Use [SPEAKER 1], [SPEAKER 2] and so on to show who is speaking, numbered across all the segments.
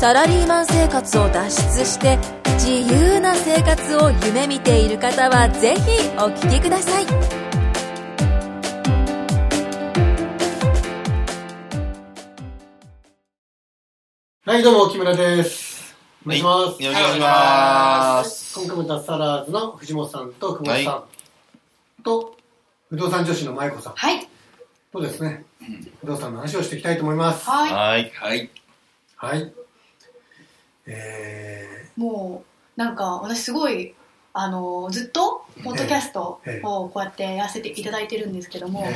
[SPEAKER 1] サラリーマン生活を脱出して自由な生活を夢見ている方はぜひお聞きください
[SPEAKER 2] はい、どうも、木村です。お願いします。
[SPEAKER 3] はいよろしくお願いします
[SPEAKER 2] はい今回も脱サラーズの藤本さんと久保田さん、
[SPEAKER 3] は
[SPEAKER 2] と、不動産女子の舞子さん
[SPEAKER 4] はい。
[SPEAKER 2] とですね、不動産の話をしていきたいと思います。は
[SPEAKER 4] は
[SPEAKER 3] はい。はい。
[SPEAKER 2] い。え
[SPEAKER 4] い。もう、なんか、私すごい、あの、ずっと、ポッドキャスト
[SPEAKER 2] ええええ
[SPEAKER 4] をこうやってやらせていただいてるんですけど
[SPEAKER 2] ー、
[SPEAKER 4] も、
[SPEAKER 2] え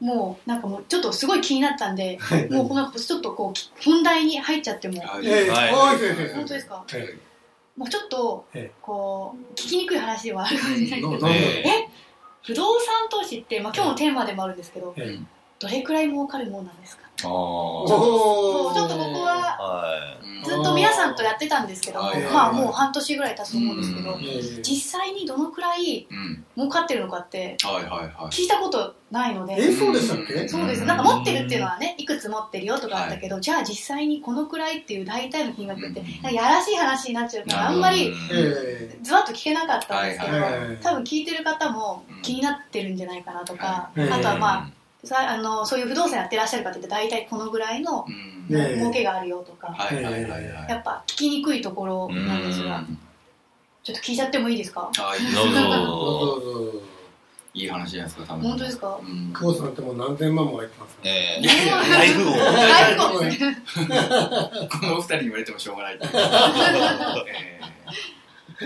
[SPEAKER 4] もう、なんかもう、ちょっとすごい気になったんで、
[SPEAKER 2] はい
[SPEAKER 4] もう、この、ちょっとこうき、本題に入っちゃっても、
[SPEAKER 2] ー、えー、
[SPEAKER 3] はい
[SPEAKER 2] おい先生。
[SPEAKER 4] 本当ですか
[SPEAKER 2] え
[SPEAKER 4] もうちょっと
[SPEAKER 2] ええ、
[SPEAKER 4] こう、聞きにくい話ではあるかもしれない
[SPEAKER 2] ど
[SPEAKER 4] け
[SPEAKER 2] う
[SPEAKER 4] ど、
[SPEAKER 2] ぞ
[SPEAKER 4] え不動産投資って、まあ、今日のテーマでもあるんですけど
[SPEAKER 2] ええ、
[SPEAKER 4] どれくらい儲かるもんなんですか
[SPEAKER 3] ああ。
[SPEAKER 4] も
[SPEAKER 2] お
[SPEAKER 4] う、ちょっとここは、
[SPEAKER 3] は
[SPEAKER 4] ずっと皆さんとやってたんですけども
[SPEAKER 2] あー、
[SPEAKER 4] まあ、もう半年ぐらい経つと思うんですけど
[SPEAKER 3] うん、
[SPEAKER 2] 実
[SPEAKER 4] 実際にどのくらい
[SPEAKER 5] うん、
[SPEAKER 4] 儲かってるのかって
[SPEAKER 5] はいはいはい。
[SPEAKER 4] 聞いたことないの
[SPEAKER 2] え
[SPEAKER 4] で
[SPEAKER 2] ー、そうでしたっけ
[SPEAKER 4] そうです
[SPEAKER 5] うん
[SPEAKER 4] なんか持ってるっていうのはねいくつ持ってるよとかあったけど、じゃあ実際にこのくらいっていう大体の金額って、
[SPEAKER 5] うん
[SPEAKER 4] なんかやらしい話になっちゃうからあんまり
[SPEAKER 2] えー、
[SPEAKER 4] ズワッと聞けなかったんですけど、
[SPEAKER 5] はい
[SPEAKER 2] はいはい
[SPEAKER 4] 多分聞いてる方も気になってるんじゃないかなとか、
[SPEAKER 2] はい
[SPEAKER 4] あとはまあ
[SPEAKER 5] あ、
[SPEAKER 4] さあのそういう不動産やってらっしゃる方って大体このぐらいの
[SPEAKER 5] うん
[SPEAKER 2] ねえ
[SPEAKER 4] 儲けがあるよとか、
[SPEAKER 5] はいはいはいはい。
[SPEAKER 4] やっぱ聞きにくいところなんですが、
[SPEAKER 5] うん
[SPEAKER 4] ちょっと聞いちゃってもいいですか
[SPEAKER 5] あいい
[SPEAKER 3] どう
[SPEAKER 5] ですね
[SPEAKER 3] ぞ
[SPEAKER 2] どうぞどうぞ
[SPEAKER 5] いい話じゃないですか、多分。
[SPEAKER 4] 本当です か
[SPEAKER 5] うん
[SPEAKER 2] 久保田さんってもう何千万も入ってますか
[SPEAKER 3] い。
[SPEAKER 2] ら。
[SPEAKER 3] ええ。大富豪。
[SPEAKER 4] 大丈夫ですね
[SPEAKER 5] このお二人に言われてもしょうがないっていう。え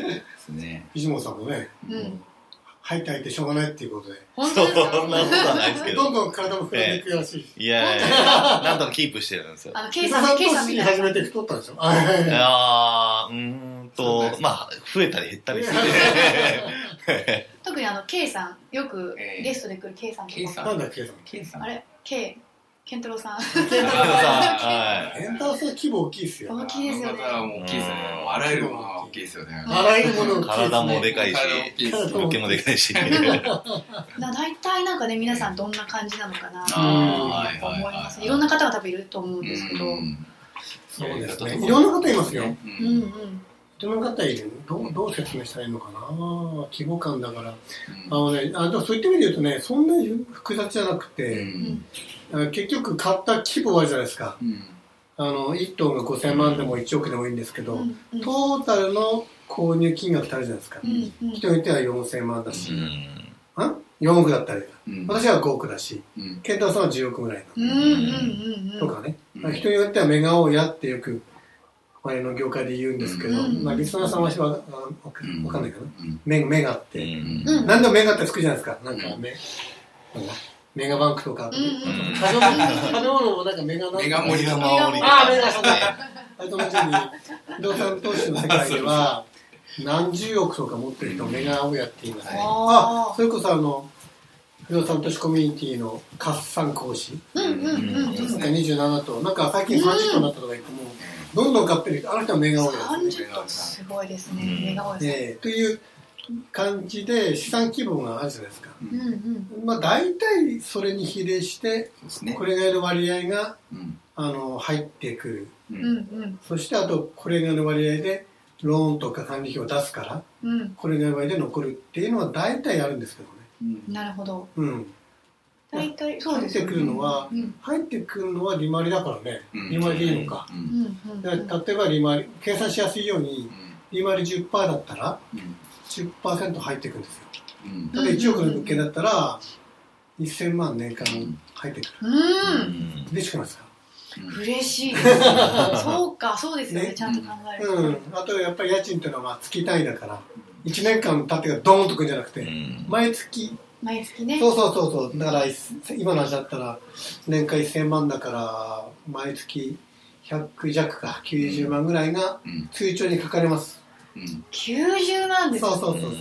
[SPEAKER 5] えですね。
[SPEAKER 2] 藤本さんもね、
[SPEAKER 4] うん、
[SPEAKER 2] 入って入ってしょうがないっていうことで、
[SPEAKER 4] 本
[SPEAKER 3] そ
[SPEAKER 4] 当
[SPEAKER 3] ん
[SPEAKER 4] で
[SPEAKER 3] な
[SPEAKER 4] す
[SPEAKER 3] こ
[SPEAKER 4] か
[SPEAKER 3] とはないですけ
[SPEAKER 2] どん
[SPEAKER 3] ど。
[SPEAKER 2] どん体も膨らんでいくらしいし。
[SPEAKER 3] いやいや、なんとかキープしてるんですよ。
[SPEAKER 4] あの、
[SPEAKER 2] 計
[SPEAKER 4] ケイさ
[SPEAKER 2] 算
[SPEAKER 4] ん、
[SPEAKER 2] と
[SPEAKER 4] ケイさんみ
[SPEAKER 2] し
[SPEAKER 4] たい
[SPEAKER 2] 始
[SPEAKER 4] な。
[SPEAKER 2] めて太ったでしょ。はいはい
[SPEAKER 3] い
[SPEAKER 2] はい
[SPEAKER 3] やー、うーんと、まあ、増えたり減ったりする。
[SPEAKER 4] 特にあの、ケイさん、よく
[SPEAKER 5] ええ
[SPEAKER 4] ゲストで来るケイさんと
[SPEAKER 5] ケイ
[SPEAKER 4] か。
[SPEAKER 5] さ
[SPEAKER 2] なんだっけ、その。
[SPEAKER 5] ケンさん。
[SPEAKER 4] あれケイ、ケントロウさん。
[SPEAKER 2] ケンタロウ
[SPEAKER 3] は
[SPEAKER 2] エンタースは規模大きいですよ。
[SPEAKER 4] 大きいですよね
[SPEAKER 5] あの方はもう大きいですよね。
[SPEAKER 3] う
[SPEAKER 5] も
[SPEAKER 3] ん
[SPEAKER 5] うあらゆるものが大きいですよね。
[SPEAKER 2] あらゆるもの大きい
[SPEAKER 3] い。
[SPEAKER 2] すね
[SPEAKER 3] 体もでかいし、
[SPEAKER 5] 体大きいですね。
[SPEAKER 3] 受けもでかいし。
[SPEAKER 4] な大体なんかね、皆さんどんな感じなのかなと
[SPEAKER 5] あー
[SPEAKER 4] 思います。いろんな方が多分いると思うんですけど。
[SPEAKER 5] う
[SPEAKER 4] うん
[SPEAKER 5] ん
[SPEAKER 2] そうですね。いろんな方いますよ。
[SPEAKER 5] うん
[SPEAKER 4] うん。
[SPEAKER 2] いろんな方いる。どう、どう説明したらいいのかな規模感だから。
[SPEAKER 5] うん
[SPEAKER 2] あのね、あでもそういった意味で言うとね、そんなに複雑じゃなく
[SPEAKER 5] う
[SPEAKER 2] て、
[SPEAKER 5] ん
[SPEAKER 2] あ結局買った規模はあるじゃないですか。
[SPEAKER 5] うん
[SPEAKER 2] あの、1棟が5000万でも1億でもいいんですけ
[SPEAKER 4] う
[SPEAKER 2] ど、
[SPEAKER 4] ん。うん
[SPEAKER 2] トータルの購入金額ってあるじゃないですか。
[SPEAKER 4] うんうん
[SPEAKER 2] 人によっては4000万だ
[SPEAKER 3] う
[SPEAKER 2] し、
[SPEAKER 3] ん。
[SPEAKER 2] ん ?4 億だったり。
[SPEAKER 5] うん
[SPEAKER 2] 私は5億だし、
[SPEAKER 5] うん
[SPEAKER 2] ケンタロウさんは10億ぐらい
[SPEAKER 4] うんうんうん
[SPEAKER 2] の。とかね。
[SPEAKER 5] うん
[SPEAKER 2] まあ人によってはメガオヤってよく我々の業界で言うんですけど、
[SPEAKER 4] うん
[SPEAKER 2] まあリスナーさんはわかわか
[SPEAKER 5] うん
[SPEAKER 2] わかんないかな。
[SPEAKER 5] うん
[SPEAKER 2] メメガっ
[SPEAKER 3] う
[SPEAKER 2] て。
[SPEAKER 3] ん。
[SPEAKER 4] うん。
[SPEAKER 2] 何でもメガってつくじゃないですか。なんか
[SPEAKER 5] う
[SPEAKER 2] メなんだメガバンクとか。
[SPEAKER 4] うんうん
[SPEAKER 3] うん
[SPEAKER 2] 食べ物食べ物もなんかメガなんとか
[SPEAKER 5] メガ盛
[SPEAKER 3] 森
[SPEAKER 5] り
[SPEAKER 3] がり
[SPEAKER 2] ああ、メガそうだ。あれと同じように、不動産投資の世界で は、何十億とか持ってる人をメガオヤって言いますね。
[SPEAKER 4] あー
[SPEAKER 2] あ、それこそあの、不動産投資コミュニティの合算講師。
[SPEAKER 4] うんうんうんうん。
[SPEAKER 2] なんか27と、なんか最近30となったとか言っても、どんどん買ってる人、あの人は目が多いで
[SPEAKER 4] 30とすごいですね。目が多い
[SPEAKER 2] す
[SPEAKER 4] です。
[SPEAKER 2] ね。ええという感じで、資産規模があるじゃないですか。
[SPEAKER 4] うんうん。
[SPEAKER 2] まあ、大体それに比例して、
[SPEAKER 5] そうですね
[SPEAKER 2] こ。れぐらいの割合が
[SPEAKER 5] うん
[SPEAKER 2] あの入ってくる。
[SPEAKER 5] う
[SPEAKER 4] うんん
[SPEAKER 2] そして、あと、これぐらいの割合で、ローンとか管理費を出すから、
[SPEAKER 4] うん。うん。
[SPEAKER 2] これぐらいの割合で残るっていうのは大体あるんですけどね。
[SPEAKER 5] うん
[SPEAKER 4] なるほど。
[SPEAKER 2] うん。
[SPEAKER 4] 大体、そう
[SPEAKER 2] 入
[SPEAKER 4] で
[SPEAKER 2] っ
[SPEAKER 4] す
[SPEAKER 2] て
[SPEAKER 4] よ
[SPEAKER 2] く
[SPEAKER 4] ね。
[SPEAKER 2] るのは、
[SPEAKER 4] うん
[SPEAKER 2] 入ってくるのは利回りだからね。
[SPEAKER 5] うん
[SPEAKER 2] 利回りでいいのか。
[SPEAKER 5] う
[SPEAKER 4] うんんうん。
[SPEAKER 2] だから例えば利回り、計算しやすいように、利回り10%だったら、
[SPEAKER 5] うん
[SPEAKER 2] 10%入ってくるんですよ。
[SPEAKER 5] うん
[SPEAKER 2] 例えば1億の物件だったら、1000万年間入ってくる。
[SPEAKER 4] うん。
[SPEAKER 2] 嬉しくないですか
[SPEAKER 4] 嬉しいです そうかそうですよね
[SPEAKER 2] ね
[SPEAKER 4] ちゃんと考えると、
[SPEAKER 2] うん。あとやっぱり家賃っていうのはまあ月単位だから、1年間経ってからドーンとくんじゃなく
[SPEAKER 3] う
[SPEAKER 2] て、
[SPEAKER 3] ん。
[SPEAKER 2] 毎月、
[SPEAKER 4] 毎月ね
[SPEAKER 2] そうそうそうそう、だから今の話だったら、年間1000万だから、毎月100弱か90万ぐらいが
[SPEAKER 5] うん
[SPEAKER 2] 通帳にかかります。
[SPEAKER 5] うん
[SPEAKER 4] 90万です
[SPEAKER 2] そうそ
[SPEAKER 4] よ
[SPEAKER 2] うそうそう。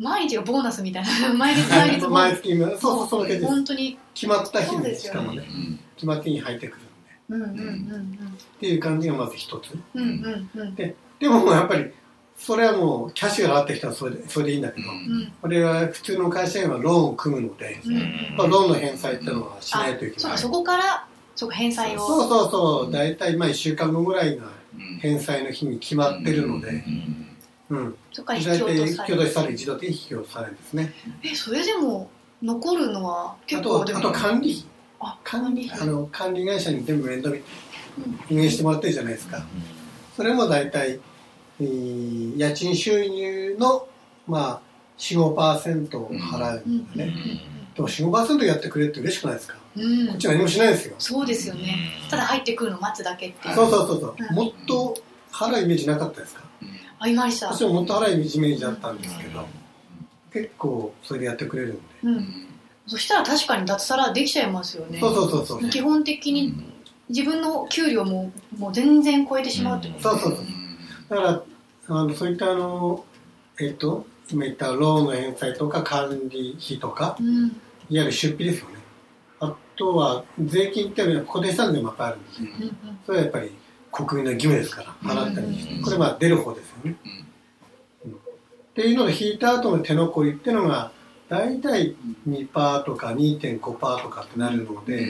[SPEAKER 4] 毎日がボーナスみたいな毎月毎月ボーナ
[SPEAKER 2] 毎
[SPEAKER 4] ス
[SPEAKER 2] 月今、そうそう、そのけです。
[SPEAKER 4] 本当に
[SPEAKER 2] 決まった日
[SPEAKER 4] そうで
[SPEAKER 2] に、
[SPEAKER 4] す
[SPEAKER 2] し
[SPEAKER 4] よ
[SPEAKER 2] か
[SPEAKER 4] ね
[SPEAKER 2] も
[SPEAKER 5] う
[SPEAKER 2] ね、
[SPEAKER 5] ん
[SPEAKER 2] 決まった日に入ってくるんで。
[SPEAKER 4] うんうんうん
[SPEAKER 2] っていう感じがまず一つ。
[SPEAKER 4] うんうんうんうん
[SPEAKER 2] でももうやっぱり、それはもう、キャッシュがあってきたらそれで、それでいいんだけど、
[SPEAKER 4] うん
[SPEAKER 2] 俺は普通の会社員はローンを組むので、
[SPEAKER 4] うん
[SPEAKER 2] まあ、ローンの返済っていうのはしないといけ
[SPEAKER 4] そう
[SPEAKER 2] な
[SPEAKER 4] か
[SPEAKER 2] い。
[SPEAKER 4] そ
[SPEAKER 2] そう
[SPEAKER 4] こからそうか返済を
[SPEAKER 2] そうそう、大体まあ1週間後ぐらいが
[SPEAKER 5] うん
[SPEAKER 2] 返済の日に決まってるので、
[SPEAKER 5] うん
[SPEAKER 2] うん。
[SPEAKER 4] そっから
[SPEAKER 2] 大
[SPEAKER 4] 引き
[SPEAKER 2] 体
[SPEAKER 4] 落と
[SPEAKER 2] 引
[SPEAKER 4] さ
[SPEAKER 2] き落と
[SPEAKER 4] れ
[SPEAKER 2] しされ、一度で引き落とされるんですね。
[SPEAKER 4] えそれでも残るのは
[SPEAKER 2] あ
[SPEAKER 4] 結
[SPEAKER 2] と、
[SPEAKER 4] 構
[SPEAKER 2] あ
[SPEAKER 4] でも
[SPEAKER 2] と管理費。
[SPEAKER 4] あ管理
[SPEAKER 2] あ
[SPEAKER 4] 費
[SPEAKER 2] の、管理会社に全部面倒見て、運営してもらってるじゃないですか。それも大体、えー家賃収入の、まあ、4、5%を払うんだね。でも4、5%やってくれって嬉しくないですか
[SPEAKER 4] うん
[SPEAKER 2] こっちは何もしないですよ。
[SPEAKER 4] そうですよねただ入ってくるの待つだけっていう
[SPEAKER 2] そうそうそうそうう。
[SPEAKER 4] ん
[SPEAKER 2] もっと払うイメージなかったですか
[SPEAKER 4] ありました
[SPEAKER 2] 私ももっと払うイメージだったんですけど、結構それでやってくれるんで。
[SPEAKER 4] うんそしたら確かに脱サラできちゃいますよね
[SPEAKER 2] そうそうそうそう。
[SPEAKER 4] 基本的に自分の給料ももう全然超えてしまうってこ
[SPEAKER 2] そう
[SPEAKER 4] と
[SPEAKER 2] そうそう。だから、あのそういったあの、えっと、今言ったローンの返済とか管理費とか、
[SPEAKER 4] うん
[SPEAKER 2] いわゆる出費ですよね。あとは、税金っていうのは固定資産でもやっぱいあるんですよ。
[SPEAKER 4] うん
[SPEAKER 2] それはやっぱり国民の義務ですから、払ったりして。これはまあ出る方ですよね。っていうのを引いた後の手残りっていうのが、大体2%とか2.5%とかってなるので、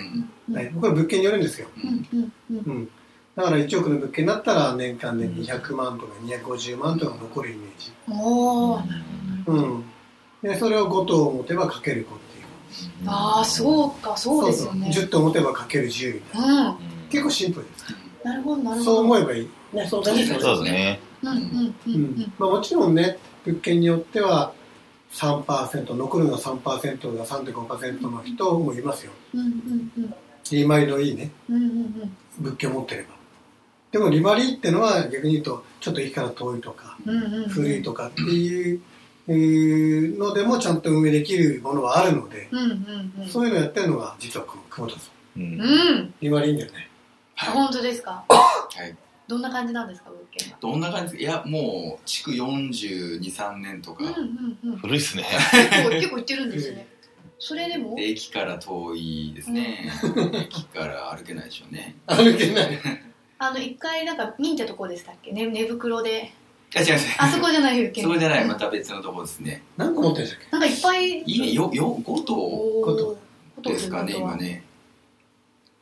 [SPEAKER 4] うん
[SPEAKER 2] はいこれ物件によるんですよ。
[SPEAKER 4] うんうんうん
[SPEAKER 2] うん。だから1億の物件だったら年間で200万とか250万とか残るイメージ。
[SPEAKER 4] おー
[SPEAKER 2] うん。で、それを5頭持てばかける5っていう。
[SPEAKER 4] ああそうかそうですよね
[SPEAKER 2] 10頭持てばかける10みたいな。
[SPEAKER 4] うん
[SPEAKER 2] 結構シンプルです。
[SPEAKER 4] なるほどなるほど
[SPEAKER 2] そう思えばいい。ね、そう
[SPEAKER 5] ですね
[SPEAKER 3] そうですね。
[SPEAKER 4] うんうんう
[SPEAKER 2] うん
[SPEAKER 4] うん
[SPEAKER 2] ん。まあもちろんね、物件によっては3%、残るのが3%が3.5%の人もいますよ。
[SPEAKER 4] うんうん
[SPEAKER 2] 利回りのいいね、
[SPEAKER 4] うんうん
[SPEAKER 2] 物件を持ってれば。でも利回りってのは逆に言うと、ちょっと駅から遠いとか、
[SPEAKER 4] うんうんうん
[SPEAKER 2] 古いとかっていうえーのでもちゃんと運営できるものはあるので、
[SPEAKER 4] うんうんうん
[SPEAKER 2] そういうのやってるのが実はこの久保田さん。
[SPEAKER 3] うん
[SPEAKER 4] うん
[SPEAKER 2] 利回りいいんだよね。
[SPEAKER 4] あ本当ですか
[SPEAKER 5] はい
[SPEAKER 4] どんな感じなんですか物件は
[SPEAKER 5] どんな感じいやもう築423年と
[SPEAKER 4] うん
[SPEAKER 5] か
[SPEAKER 4] うんうん
[SPEAKER 3] 古いっすね。
[SPEAKER 4] 結構結構行ってるんですねそれでも
[SPEAKER 5] 駅から遠いですね駅から歩けないでしょうね
[SPEAKER 2] 歩けない。
[SPEAKER 4] あの一回なんかミンってとこでしたっけね寝袋で
[SPEAKER 5] あ違う違う
[SPEAKER 4] あそこじゃないよ
[SPEAKER 5] そこじゃないまた別のとこですね
[SPEAKER 2] 何個持ってるんでしたっ
[SPEAKER 4] なんかいっぱい
[SPEAKER 5] 家よよ5棟
[SPEAKER 4] おー
[SPEAKER 2] こと
[SPEAKER 5] ですかね今ね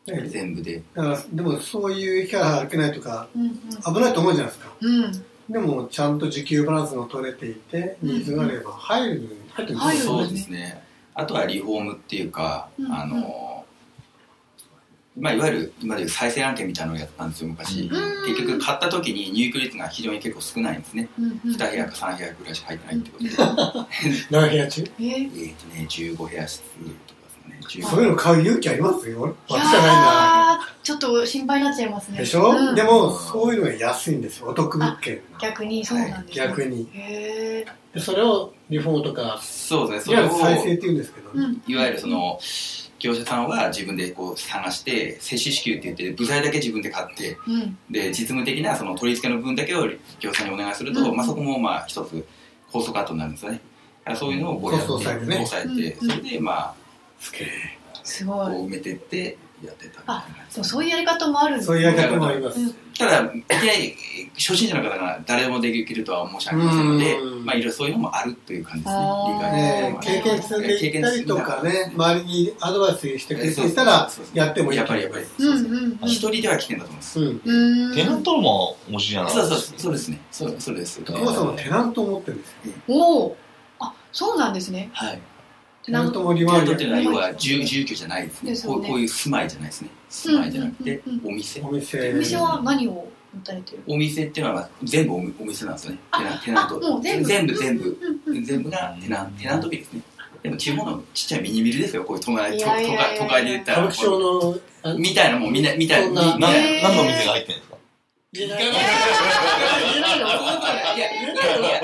[SPEAKER 2] けね
[SPEAKER 5] 全部で
[SPEAKER 2] だから、でもそういう駅から歩けないとか、
[SPEAKER 4] うん
[SPEAKER 2] 危ないと思うじゃないですか。
[SPEAKER 4] うん
[SPEAKER 2] でも、ちゃんと需給バランスが取れていて、ニーズがあれば入る、入ってく
[SPEAKER 4] 入る
[SPEAKER 5] そうですねあとはリフォームっていうか、
[SPEAKER 4] うん
[SPEAKER 5] あのまあ、いわゆる今でいう再生案件みたいなのをやったんですよ昔、
[SPEAKER 3] うん
[SPEAKER 5] 結局買った時に入居率が非常に結構少ないんですね、
[SPEAKER 4] うんうん
[SPEAKER 5] 2部屋か3部屋ぐらいしか入ってないってことで、
[SPEAKER 2] 何部屋中
[SPEAKER 4] えー
[SPEAKER 5] えっとね15部屋室とかですね15
[SPEAKER 2] そういうの買う勇気ありますよ。
[SPEAKER 4] いや
[SPEAKER 2] 私じゃない
[SPEAKER 4] ーちょっと心配になっちゃいます
[SPEAKER 2] な。
[SPEAKER 4] ね
[SPEAKER 2] でしょ、
[SPEAKER 4] うん
[SPEAKER 2] でも、そういうのが安いんですよ。お得物件が。
[SPEAKER 4] 逆にそうなんですね
[SPEAKER 2] 逆に。
[SPEAKER 4] へえ
[SPEAKER 2] でそれをリフォームとか、
[SPEAKER 5] そうです
[SPEAKER 2] い
[SPEAKER 5] ねそ
[SPEAKER 2] わゆ
[SPEAKER 5] れ
[SPEAKER 2] る再
[SPEAKER 5] を
[SPEAKER 2] 生って言うんですけどね。
[SPEAKER 5] いわゆるその業者さんは自分でこう探して接種支給って言って部材だけ自分で買って
[SPEAKER 4] うん
[SPEAKER 5] で実務的なその取り付けの分だけを業者にお願いすると、
[SPEAKER 4] うん
[SPEAKER 5] まあ、そこもまあ一つ高速アートになるんですよねだからそういうのをこうやって
[SPEAKER 2] コスト抑えてね
[SPEAKER 5] 抑えて
[SPEAKER 4] うんうん
[SPEAKER 5] それでま
[SPEAKER 2] すげえ。
[SPEAKER 4] す
[SPEAKER 5] あ
[SPEAKER 4] ごい
[SPEAKER 5] こう埋めてってやってたみたいな感じ
[SPEAKER 4] でもそういうやり方もあるんです
[SPEAKER 2] そういうやり方もあります。
[SPEAKER 4] うん
[SPEAKER 5] ただいきなり初心者の方が誰でもできるとは申し上げませんので
[SPEAKER 2] うん
[SPEAKER 5] まあいろいろそういうのもあるという感じですね
[SPEAKER 4] あー
[SPEAKER 5] 理解して
[SPEAKER 2] ね
[SPEAKER 5] も
[SPEAKER 2] 経
[SPEAKER 5] ら、
[SPEAKER 2] 験
[SPEAKER 5] え
[SPEAKER 2] 積んでいったりとかね、周りにアドバイスしてくれていた
[SPEAKER 5] え
[SPEAKER 2] ら
[SPEAKER 5] そうそうそう、
[SPEAKER 2] やってもいい。
[SPEAKER 5] やっぱりやっぱり
[SPEAKER 4] うんうんうん
[SPEAKER 5] 一人では来てんだと思います
[SPEAKER 2] うん。
[SPEAKER 4] うん
[SPEAKER 3] テナントも面白いじゃない
[SPEAKER 5] そうそうそうですねそうそうです
[SPEAKER 2] 高橋さんはテナントを持ってるんですよ。
[SPEAKER 4] おおあそうなんですね
[SPEAKER 5] はい
[SPEAKER 2] テナントも利
[SPEAKER 5] テナ
[SPEAKER 2] 回
[SPEAKER 5] ン
[SPEAKER 2] りが
[SPEAKER 5] トっていうのは要は住住居じゃないですね
[SPEAKER 4] ですよ
[SPEAKER 5] こ
[SPEAKER 4] ね
[SPEAKER 5] うこういう住まいじゃないですね住まいじゃなくて
[SPEAKER 4] うんうんうん
[SPEAKER 5] お店
[SPEAKER 2] お店
[SPEAKER 4] お店は何を持たれてる
[SPEAKER 5] お店っていうのは全部おお店なんですよねテナテナン
[SPEAKER 4] あ
[SPEAKER 5] ト
[SPEAKER 4] もう全部
[SPEAKER 5] 全部全部
[SPEAKER 4] うんうんうん
[SPEAKER 5] 全部がテナンテナントビルですねでも地方のちっちゃいミニビルですよこういう都会
[SPEAKER 4] い
[SPEAKER 5] 都
[SPEAKER 4] やいやいや
[SPEAKER 5] 会都会で言った
[SPEAKER 2] 歌
[SPEAKER 5] ら
[SPEAKER 2] 舞伎町
[SPEAKER 5] こ
[SPEAKER 2] の、あ
[SPEAKER 5] うみたいなもんみんなみたい
[SPEAKER 2] そん
[SPEAKER 5] み
[SPEAKER 2] な
[SPEAKER 5] みたいな
[SPEAKER 3] 何のお店が入ってるんですか
[SPEAKER 2] いや
[SPEAKER 5] いやいやいやいや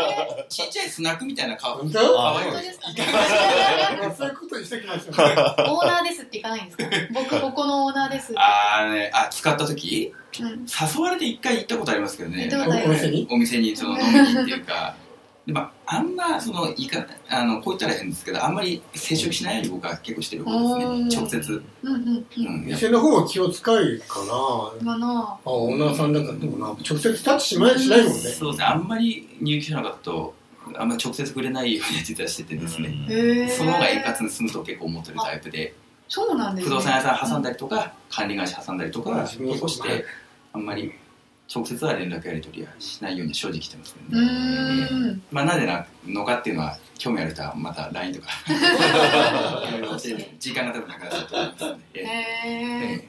[SPEAKER 5] ちっちゃいスナックみたいな顔
[SPEAKER 2] 本当
[SPEAKER 5] 可愛い
[SPEAKER 4] 本当
[SPEAKER 5] です
[SPEAKER 4] ですかね
[SPEAKER 2] そういうことにしてきましたね。
[SPEAKER 4] オーナーですって行かないんですか僕ここのオーナーです
[SPEAKER 5] あーねあ使った時
[SPEAKER 4] うん
[SPEAKER 5] 誘われて一回行ったことありますけどね
[SPEAKER 4] 行ったことあり
[SPEAKER 2] ますお店に
[SPEAKER 5] お店にその飲みにっていうかでまあ、あんまその言い方あのこう言ったら変ですけどあんまり接触しないように僕は結構してる方ですね
[SPEAKER 4] うん
[SPEAKER 5] 直接、
[SPEAKER 4] うんうん
[SPEAKER 5] う
[SPEAKER 4] うん
[SPEAKER 5] ん、やっぱ
[SPEAKER 2] 店の方は気を使いかな
[SPEAKER 4] 今の
[SPEAKER 2] あオーナーさんだからでもな直接タッチしないしないもんね
[SPEAKER 5] そうですねあんまり入居者の方とあんまり直接触れないようにやってたりしててですね、
[SPEAKER 4] へー
[SPEAKER 5] その方が円滑に進むと結構思ってるタイプで
[SPEAKER 4] そうなんです
[SPEAKER 5] 不
[SPEAKER 4] ね
[SPEAKER 5] 動産屋さん挟んだりとか管理会社挟んだりとか
[SPEAKER 2] うん
[SPEAKER 5] 結構してあんまり直接は連絡やり取りはしないように正直してますけ
[SPEAKER 4] う
[SPEAKER 5] どね、
[SPEAKER 4] ーん
[SPEAKER 5] まあ、なぜなのかっていうのは興味ある人はまた LINE とかいろいろ教えて時間が多分なくなっちゃうと思いますので、
[SPEAKER 4] へえ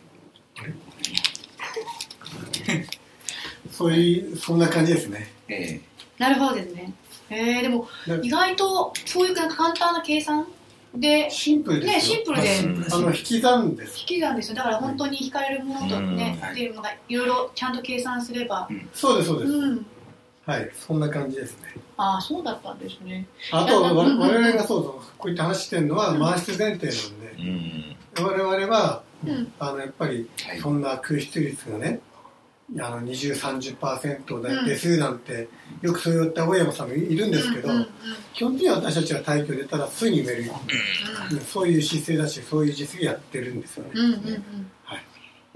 [SPEAKER 5] え
[SPEAKER 2] そういうそんな感じですね
[SPEAKER 5] ええ
[SPEAKER 4] なるほどですねへえでも
[SPEAKER 2] なんか
[SPEAKER 4] 意外とそういう簡単な計算で
[SPEAKER 2] シンプルですよ
[SPEAKER 4] ねシンプルで
[SPEAKER 2] あの引き算です
[SPEAKER 4] 引き算ですよだから本当に引かれるものとね、
[SPEAKER 5] うん
[SPEAKER 4] っていうのがいろいろちゃんと計算すれば
[SPEAKER 2] そうですそう
[SPEAKER 4] う
[SPEAKER 2] です、
[SPEAKER 4] ん
[SPEAKER 2] はいそんな感じですね
[SPEAKER 4] ああそうだったんですね
[SPEAKER 2] あとわ
[SPEAKER 4] うんうん
[SPEAKER 2] 我々がそうそうこういった話してるのは回し前提なんで
[SPEAKER 3] うん
[SPEAKER 2] 我々は
[SPEAKER 4] うん
[SPEAKER 2] あのやっぱり
[SPEAKER 5] えはい
[SPEAKER 2] そんな空室率がねあの2030%
[SPEAKER 4] う
[SPEAKER 2] だ
[SPEAKER 4] ん
[SPEAKER 2] ですなんてよくそう言った大山さんもいるんですけど、
[SPEAKER 4] うんうんうん
[SPEAKER 2] 基本的には私たちが退去出たらすぐに埋める、そういう姿勢だしそういう実績やってるんですよね、
[SPEAKER 4] うんうんうん
[SPEAKER 2] はい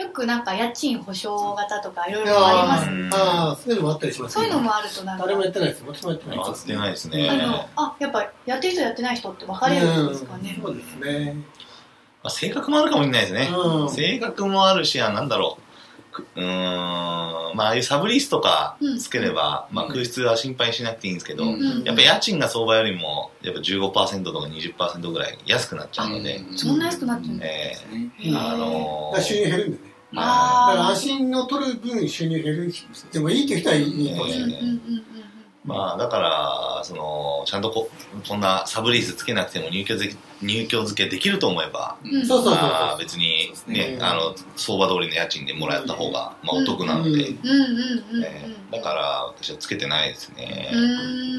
[SPEAKER 4] よくなんか家賃保証型とかいろいろありますね
[SPEAKER 3] うん
[SPEAKER 2] ああそういうのもあったりします
[SPEAKER 4] そういうのもあるとなんか
[SPEAKER 2] 誰もやってないです私もやってない
[SPEAKER 3] 合
[SPEAKER 2] で
[SPEAKER 3] っ
[SPEAKER 2] す
[SPEAKER 3] てないです
[SPEAKER 4] あ
[SPEAKER 3] ね、
[SPEAKER 4] のあやっぱやってる人やってない人って分かれるんですかね
[SPEAKER 2] うんそうですね
[SPEAKER 3] まあ、性格もあるかもしれないですね、
[SPEAKER 2] うん
[SPEAKER 3] 性格もあるしあなんだろうくうーんまあああいうサブリースとかつければ、まあ、空室は心配しなくていいんですけど、
[SPEAKER 5] うん
[SPEAKER 4] うん
[SPEAKER 3] やっぱ家賃が相場よりもやっぱ15%とか20%ぐらい安くなっちゃうので、
[SPEAKER 4] そんな安くなっちゃうんだ
[SPEAKER 3] え
[SPEAKER 5] ね
[SPEAKER 3] えあの
[SPEAKER 2] だか
[SPEAKER 3] ー
[SPEAKER 2] ら収入減るんでね
[SPEAKER 5] まあ
[SPEAKER 2] だから
[SPEAKER 4] あ
[SPEAKER 2] 安心の取る分収入減るでもいいという人はいいかもし
[SPEAKER 4] ー
[SPEAKER 2] れ
[SPEAKER 4] う
[SPEAKER 2] なんい
[SPEAKER 4] うんうんうん
[SPEAKER 3] まあだからそのちゃんとここんなサブリースつけなくても入居付入居付けできると思えば、
[SPEAKER 4] うんうん
[SPEAKER 2] そうそうそう
[SPEAKER 3] まあ、別に
[SPEAKER 5] そうで
[SPEAKER 3] ね
[SPEAKER 5] す
[SPEAKER 2] ね
[SPEAKER 3] あの相場通りの家賃でもらった方が、まあ、お得なので、
[SPEAKER 2] うん
[SPEAKER 4] うんうんうんうん
[SPEAKER 3] ええだから私はつけてないですね、
[SPEAKER 4] う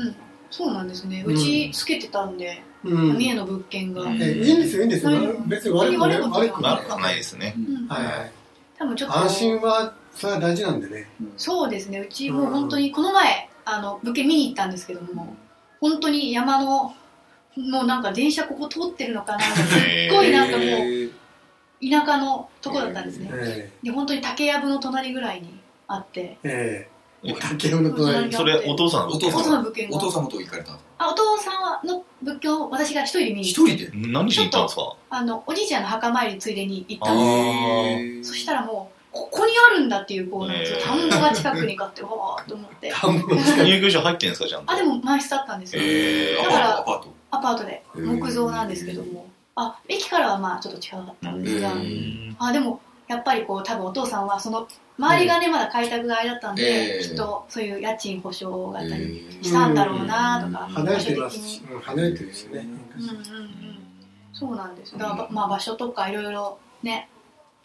[SPEAKER 4] ーんそうなんですねうちつけてたんで
[SPEAKER 2] う
[SPEAKER 4] 三重の物件が
[SPEAKER 5] う
[SPEAKER 2] ええいいんですよいいんですよ
[SPEAKER 4] うん
[SPEAKER 2] 別に悪くない
[SPEAKER 4] うん
[SPEAKER 2] 悪くない
[SPEAKER 3] 悪くはないですね。
[SPEAKER 4] うん
[SPEAKER 2] はいはい
[SPEAKER 4] 多分ちょっと
[SPEAKER 2] 安心はそれは大事なんでね
[SPEAKER 4] そうですねうちもう本当にこの前あの物件見に行ったんですけども本当に山のもうなんか電車ここ通ってるのかなすっごいなんかもう
[SPEAKER 2] え
[SPEAKER 4] 田舎のとこだったんですね
[SPEAKER 2] え
[SPEAKER 4] で本当に竹やぶの隣ぐらいにあって
[SPEAKER 2] え
[SPEAKER 3] え
[SPEAKER 2] え竹雄の隣
[SPEAKER 3] それお父さんの
[SPEAKER 5] お父
[SPEAKER 4] お父
[SPEAKER 5] さ
[SPEAKER 4] さんの物件が
[SPEAKER 5] お父様と行かれたの
[SPEAKER 4] あお父さんの物件を私が一人で見に
[SPEAKER 5] 一
[SPEAKER 4] 行っ
[SPEAKER 5] 人で
[SPEAKER 3] 何しに行ったんですか
[SPEAKER 4] あのおじいちゃんの墓参りついでに行っ
[SPEAKER 3] あ
[SPEAKER 4] たんで
[SPEAKER 3] ー
[SPEAKER 4] すそしたらもうここにあるんだっていうこうなんですよ
[SPEAKER 3] へー
[SPEAKER 4] 田んぼが近くに買ってわーっと 思って
[SPEAKER 2] 田んぼの近く
[SPEAKER 3] 入居者入ってんですかちゃんと
[SPEAKER 4] あでも満室だったんですよ
[SPEAKER 3] へー
[SPEAKER 4] だから
[SPEAKER 5] アパート
[SPEAKER 4] アパートで木造なんですけどもあ駅からはまあちょっと近かったんですが
[SPEAKER 5] う
[SPEAKER 4] あでもやっぱりこう多分お父さんはその周りがねまだ開拓があれだったんで、
[SPEAKER 5] ええ
[SPEAKER 4] きっとそういう家賃保証があ
[SPEAKER 5] アパー
[SPEAKER 4] った
[SPEAKER 5] トへ
[SPEAKER 4] り
[SPEAKER 5] ー
[SPEAKER 4] したんだろうなとか
[SPEAKER 2] 離れてま
[SPEAKER 4] 場所的
[SPEAKER 2] す
[SPEAKER 4] に
[SPEAKER 2] うん離れてるしね
[SPEAKER 4] うんうんうんそうなんですよだから、まあ、場所とかいろいろね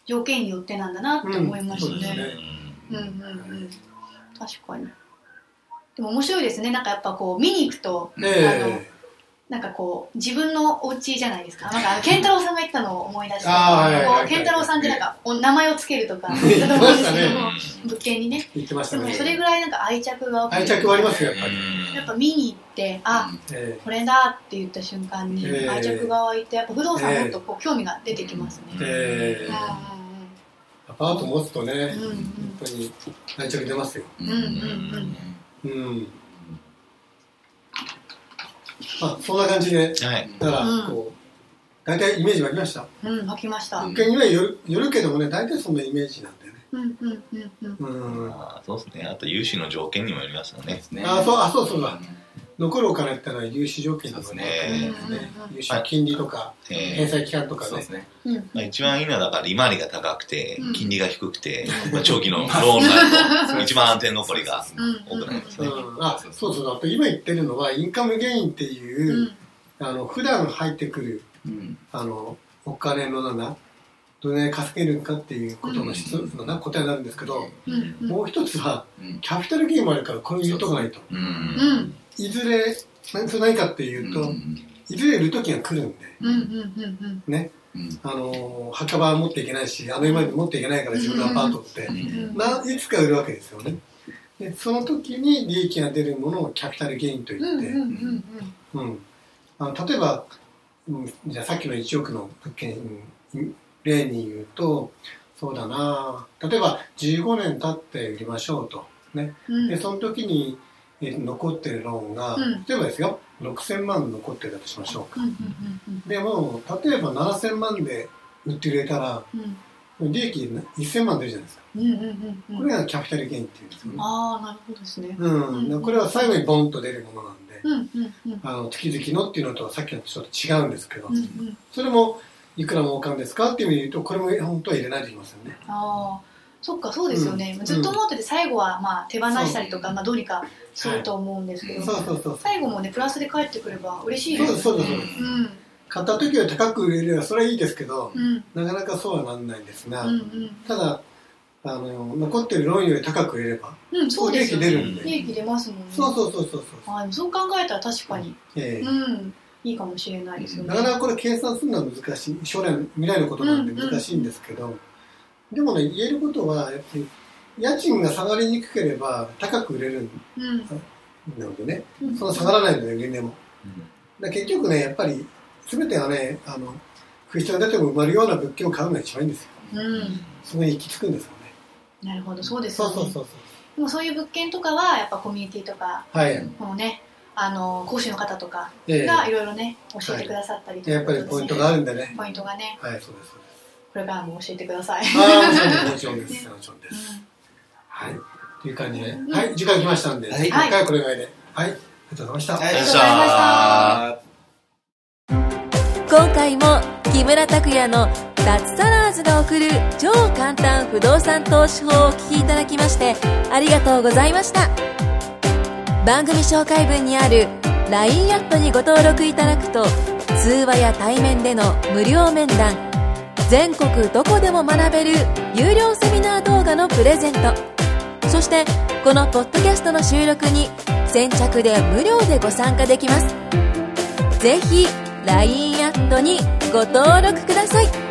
[SPEAKER 4] 条件によってなんだなって思いました
[SPEAKER 2] うんそうです
[SPEAKER 4] ね
[SPEAKER 2] ね
[SPEAKER 4] うんうんうん確かにでも面白いですねなんかやっぱこう見に行くと
[SPEAKER 2] え
[SPEAKER 4] なんかこう自分のお家じゃないですか。なんか健太郎さんが言ったのを思い出して、
[SPEAKER 2] あーはいはいはい
[SPEAKER 4] こう健太郎さんってなんかお名前をつけ るとか言ったと思うんですけども、物件にね。
[SPEAKER 2] え言ってまし
[SPEAKER 4] で
[SPEAKER 2] た
[SPEAKER 4] も
[SPEAKER 2] ね
[SPEAKER 4] それぐらいなんか愛着が
[SPEAKER 2] 愛着はありますよやっぱり
[SPEAKER 4] やっぱ見に行って、あ、
[SPEAKER 2] え
[SPEAKER 4] これだって言った瞬間に
[SPEAKER 2] ええ
[SPEAKER 4] 愛着が湧いて、やっぱ不動産もっとこう興味が出てきます
[SPEAKER 2] え
[SPEAKER 4] ね。
[SPEAKER 2] ええ
[SPEAKER 4] う
[SPEAKER 2] アパート持つとね
[SPEAKER 4] んうんうんうん
[SPEAKER 2] 本当に愛着出ますよ
[SPEAKER 4] うんうんうん
[SPEAKER 2] うんまあそんな感じで
[SPEAKER 3] はい
[SPEAKER 2] だか
[SPEAKER 4] うん
[SPEAKER 2] らこう大体イメージ湧きました
[SPEAKER 4] うんうん。湧きました。
[SPEAKER 5] うん
[SPEAKER 4] う
[SPEAKER 5] ん
[SPEAKER 2] 物件にはよるよるけどもね大体そんなイメージなんだよね
[SPEAKER 4] うんうんうん。
[SPEAKER 2] うんあ
[SPEAKER 3] まあそうですねあと融資の条件にもよりますよね
[SPEAKER 2] そうあそうそうだ残るお金ってのは融資条件とかね
[SPEAKER 4] そうですね
[SPEAKER 2] うん融資は金利とか返
[SPEAKER 3] えー
[SPEAKER 2] 済期間とか
[SPEAKER 5] そうで
[SPEAKER 2] ね
[SPEAKER 5] すね
[SPEAKER 4] うんうん
[SPEAKER 3] まあ、一番いいのはだから利回りが高くて
[SPEAKER 4] うん
[SPEAKER 3] 金利が低く て、まあ、長期のローンなると一番安定残りが多くなります
[SPEAKER 2] う
[SPEAKER 3] ね、
[SPEAKER 2] ん、あそうそうだと今言ってるのはインカムゲインっていう、
[SPEAKER 4] うん
[SPEAKER 2] あの普段入ってくる
[SPEAKER 5] うん
[SPEAKER 2] あのお金のなんだどれぐらい稼げるかっていうことの質
[SPEAKER 5] うん
[SPEAKER 2] のな答えになるんですけど、
[SPEAKER 4] うんうん
[SPEAKER 2] もう一つは
[SPEAKER 5] うん
[SPEAKER 2] キャピタルゲインもあるからこれ言っとかないと
[SPEAKER 5] う
[SPEAKER 4] うんん
[SPEAKER 2] いずれなそれ何かっていうと、
[SPEAKER 5] ん
[SPEAKER 2] いずれ売る時が来るんで
[SPEAKER 4] うんうんうんうん
[SPEAKER 2] ね
[SPEAKER 5] うん
[SPEAKER 2] あの墓場は持っていけないしあの今まで持っていけないから自分のアパートって、
[SPEAKER 5] うん
[SPEAKER 4] うん
[SPEAKER 2] ないつか売るわけですよねでその時に利益が出るものをキャピタルゲインといっ
[SPEAKER 4] う
[SPEAKER 2] て、
[SPEAKER 4] んうんうん
[SPEAKER 2] うん、あの例えば、うん、じゃあさっきの1億の物件、うん例に言うとそうだな例えば15年経って売りましょうと、ね、
[SPEAKER 4] うん。
[SPEAKER 2] でその時に、えー残ってるローンが、
[SPEAKER 4] うん
[SPEAKER 2] 例えばですよ6000万残ってるだとしましょ
[SPEAKER 4] うんうんうん
[SPEAKER 2] うでも例えば7000万で売ってくれたら
[SPEAKER 4] うん
[SPEAKER 2] 利益1000万出るじゃないですか
[SPEAKER 4] うんうんうん
[SPEAKER 2] これがキャピタルゲインっていうんですよね、
[SPEAKER 4] ああなるほどですね。
[SPEAKER 2] うんでこれは最後にボンと出るものなんで、
[SPEAKER 4] うんうんうん
[SPEAKER 2] あの月々のっていうのとはさっきのとちょっと違うんですけど、
[SPEAKER 4] うんうん。
[SPEAKER 2] それもいくら儲かるんですかっていう意味で言うとこれも本当は入れないといけませんね。
[SPEAKER 4] ああそっかそうですよね。
[SPEAKER 2] うん
[SPEAKER 4] ずっと思ってて最後はまあ手放したりと
[SPEAKER 5] そ
[SPEAKER 4] か
[SPEAKER 5] う
[SPEAKER 4] まあどうにかすると思うんですけど、
[SPEAKER 2] そうそうそう
[SPEAKER 4] 最後もねプラスで帰ってくれば嬉しい
[SPEAKER 2] そう
[SPEAKER 4] で
[SPEAKER 2] です
[SPEAKER 4] す。
[SPEAKER 2] そう
[SPEAKER 5] う
[SPEAKER 2] で
[SPEAKER 5] ん
[SPEAKER 2] す。
[SPEAKER 4] うん
[SPEAKER 2] 買った時は高く売れればそれはいいですけど、
[SPEAKER 4] うん
[SPEAKER 2] なかなかそうはなんないんですが、
[SPEAKER 4] うんうん
[SPEAKER 2] ただあの残ってるローンより高く売れれば
[SPEAKER 4] うんそうですよ
[SPEAKER 2] 利益出
[SPEAKER 4] ね。
[SPEAKER 2] るんで、
[SPEAKER 4] 利益出ますもんね。
[SPEAKER 2] そうそうそうそうそう。
[SPEAKER 4] ああでもそう考えたら確かに
[SPEAKER 2] ええ
[SPEAKER 4] うんいいかもしれないですよね。
[SPEAKER 2] なかなかこれ計算するのは難しい将来の未来のことなんで
[SPEAKER 4] うんうん
[SPEAKER 2] 難しいんですけど、でもね言えることはやっぱり家賃が下がりにくければ高く売れる
[SPEAKER 4] うん
[SPEAKER 2] のでね、
[SPEAKER 4] うん
[SPEAKER 2] その下がらないので売り値も。だから結局ね、やっぱり、すべてはね、あの、空室が出ても埋まるような物件を買うのが一番いいんですよ。
[SPEAKER 4] うん
[SPEAKER 2] そこに行き着くんですよね。
[SPEAKER 4] なるほどそうです
[SPEAKER 2] そ
[SPEAKER 4] よ
[SPEAKER 2] う
[SPEAKER 4] ね。
[SPEAKER 2] そうそうそう。
[SPEAKER 4] でもそういう物件とかはやっぱコミュニティとか
[SPEAKER 2] はい。
[SPEAKER 4] このねあの講師の方とか
[SPEAKER 2] え
[SPEAKER 4] がいろいろね教えてくださったり
[SPEAKER 2] え
[SPEAKER 4] と
[SPEAKER 2] や
[SPEAKER 4] か
[SPEAKER 2] っぱりポイントがあるんでね。
[SPEAKER 4] ポイントがね
[SPEAKER 2] はい、そうです。そうです
[SPEAKER 4] これからも教えてく ださい、
[SPEAKER 2] ああ、もちろんです。もちろんです。はい。という感じで、
[SPEAKER 4] ん
[SPEAKER 2] はい、時間来ましたんで、
[SPEAKER 5] はい
[SPEAKER 2] 今回はこれぐらいで。はい、ありがとうございました。
[SPEAKER 5] はい
[SPEAKER 3] ありがとうございました
[SPEAKER 1] 今回も木村拓哉の脱サラーズが送る超簡単不動産投資法をお聞きいただきましてありがとうございました番組紹介文にある LINE アットにご登録いただくと通話や対面での無料面談全国どこでも学べる有料セミナー動画のプレゼントそしてこのポッドキャストの収録に先着で無料でご参加できますぜひ LINE アットにご登録ください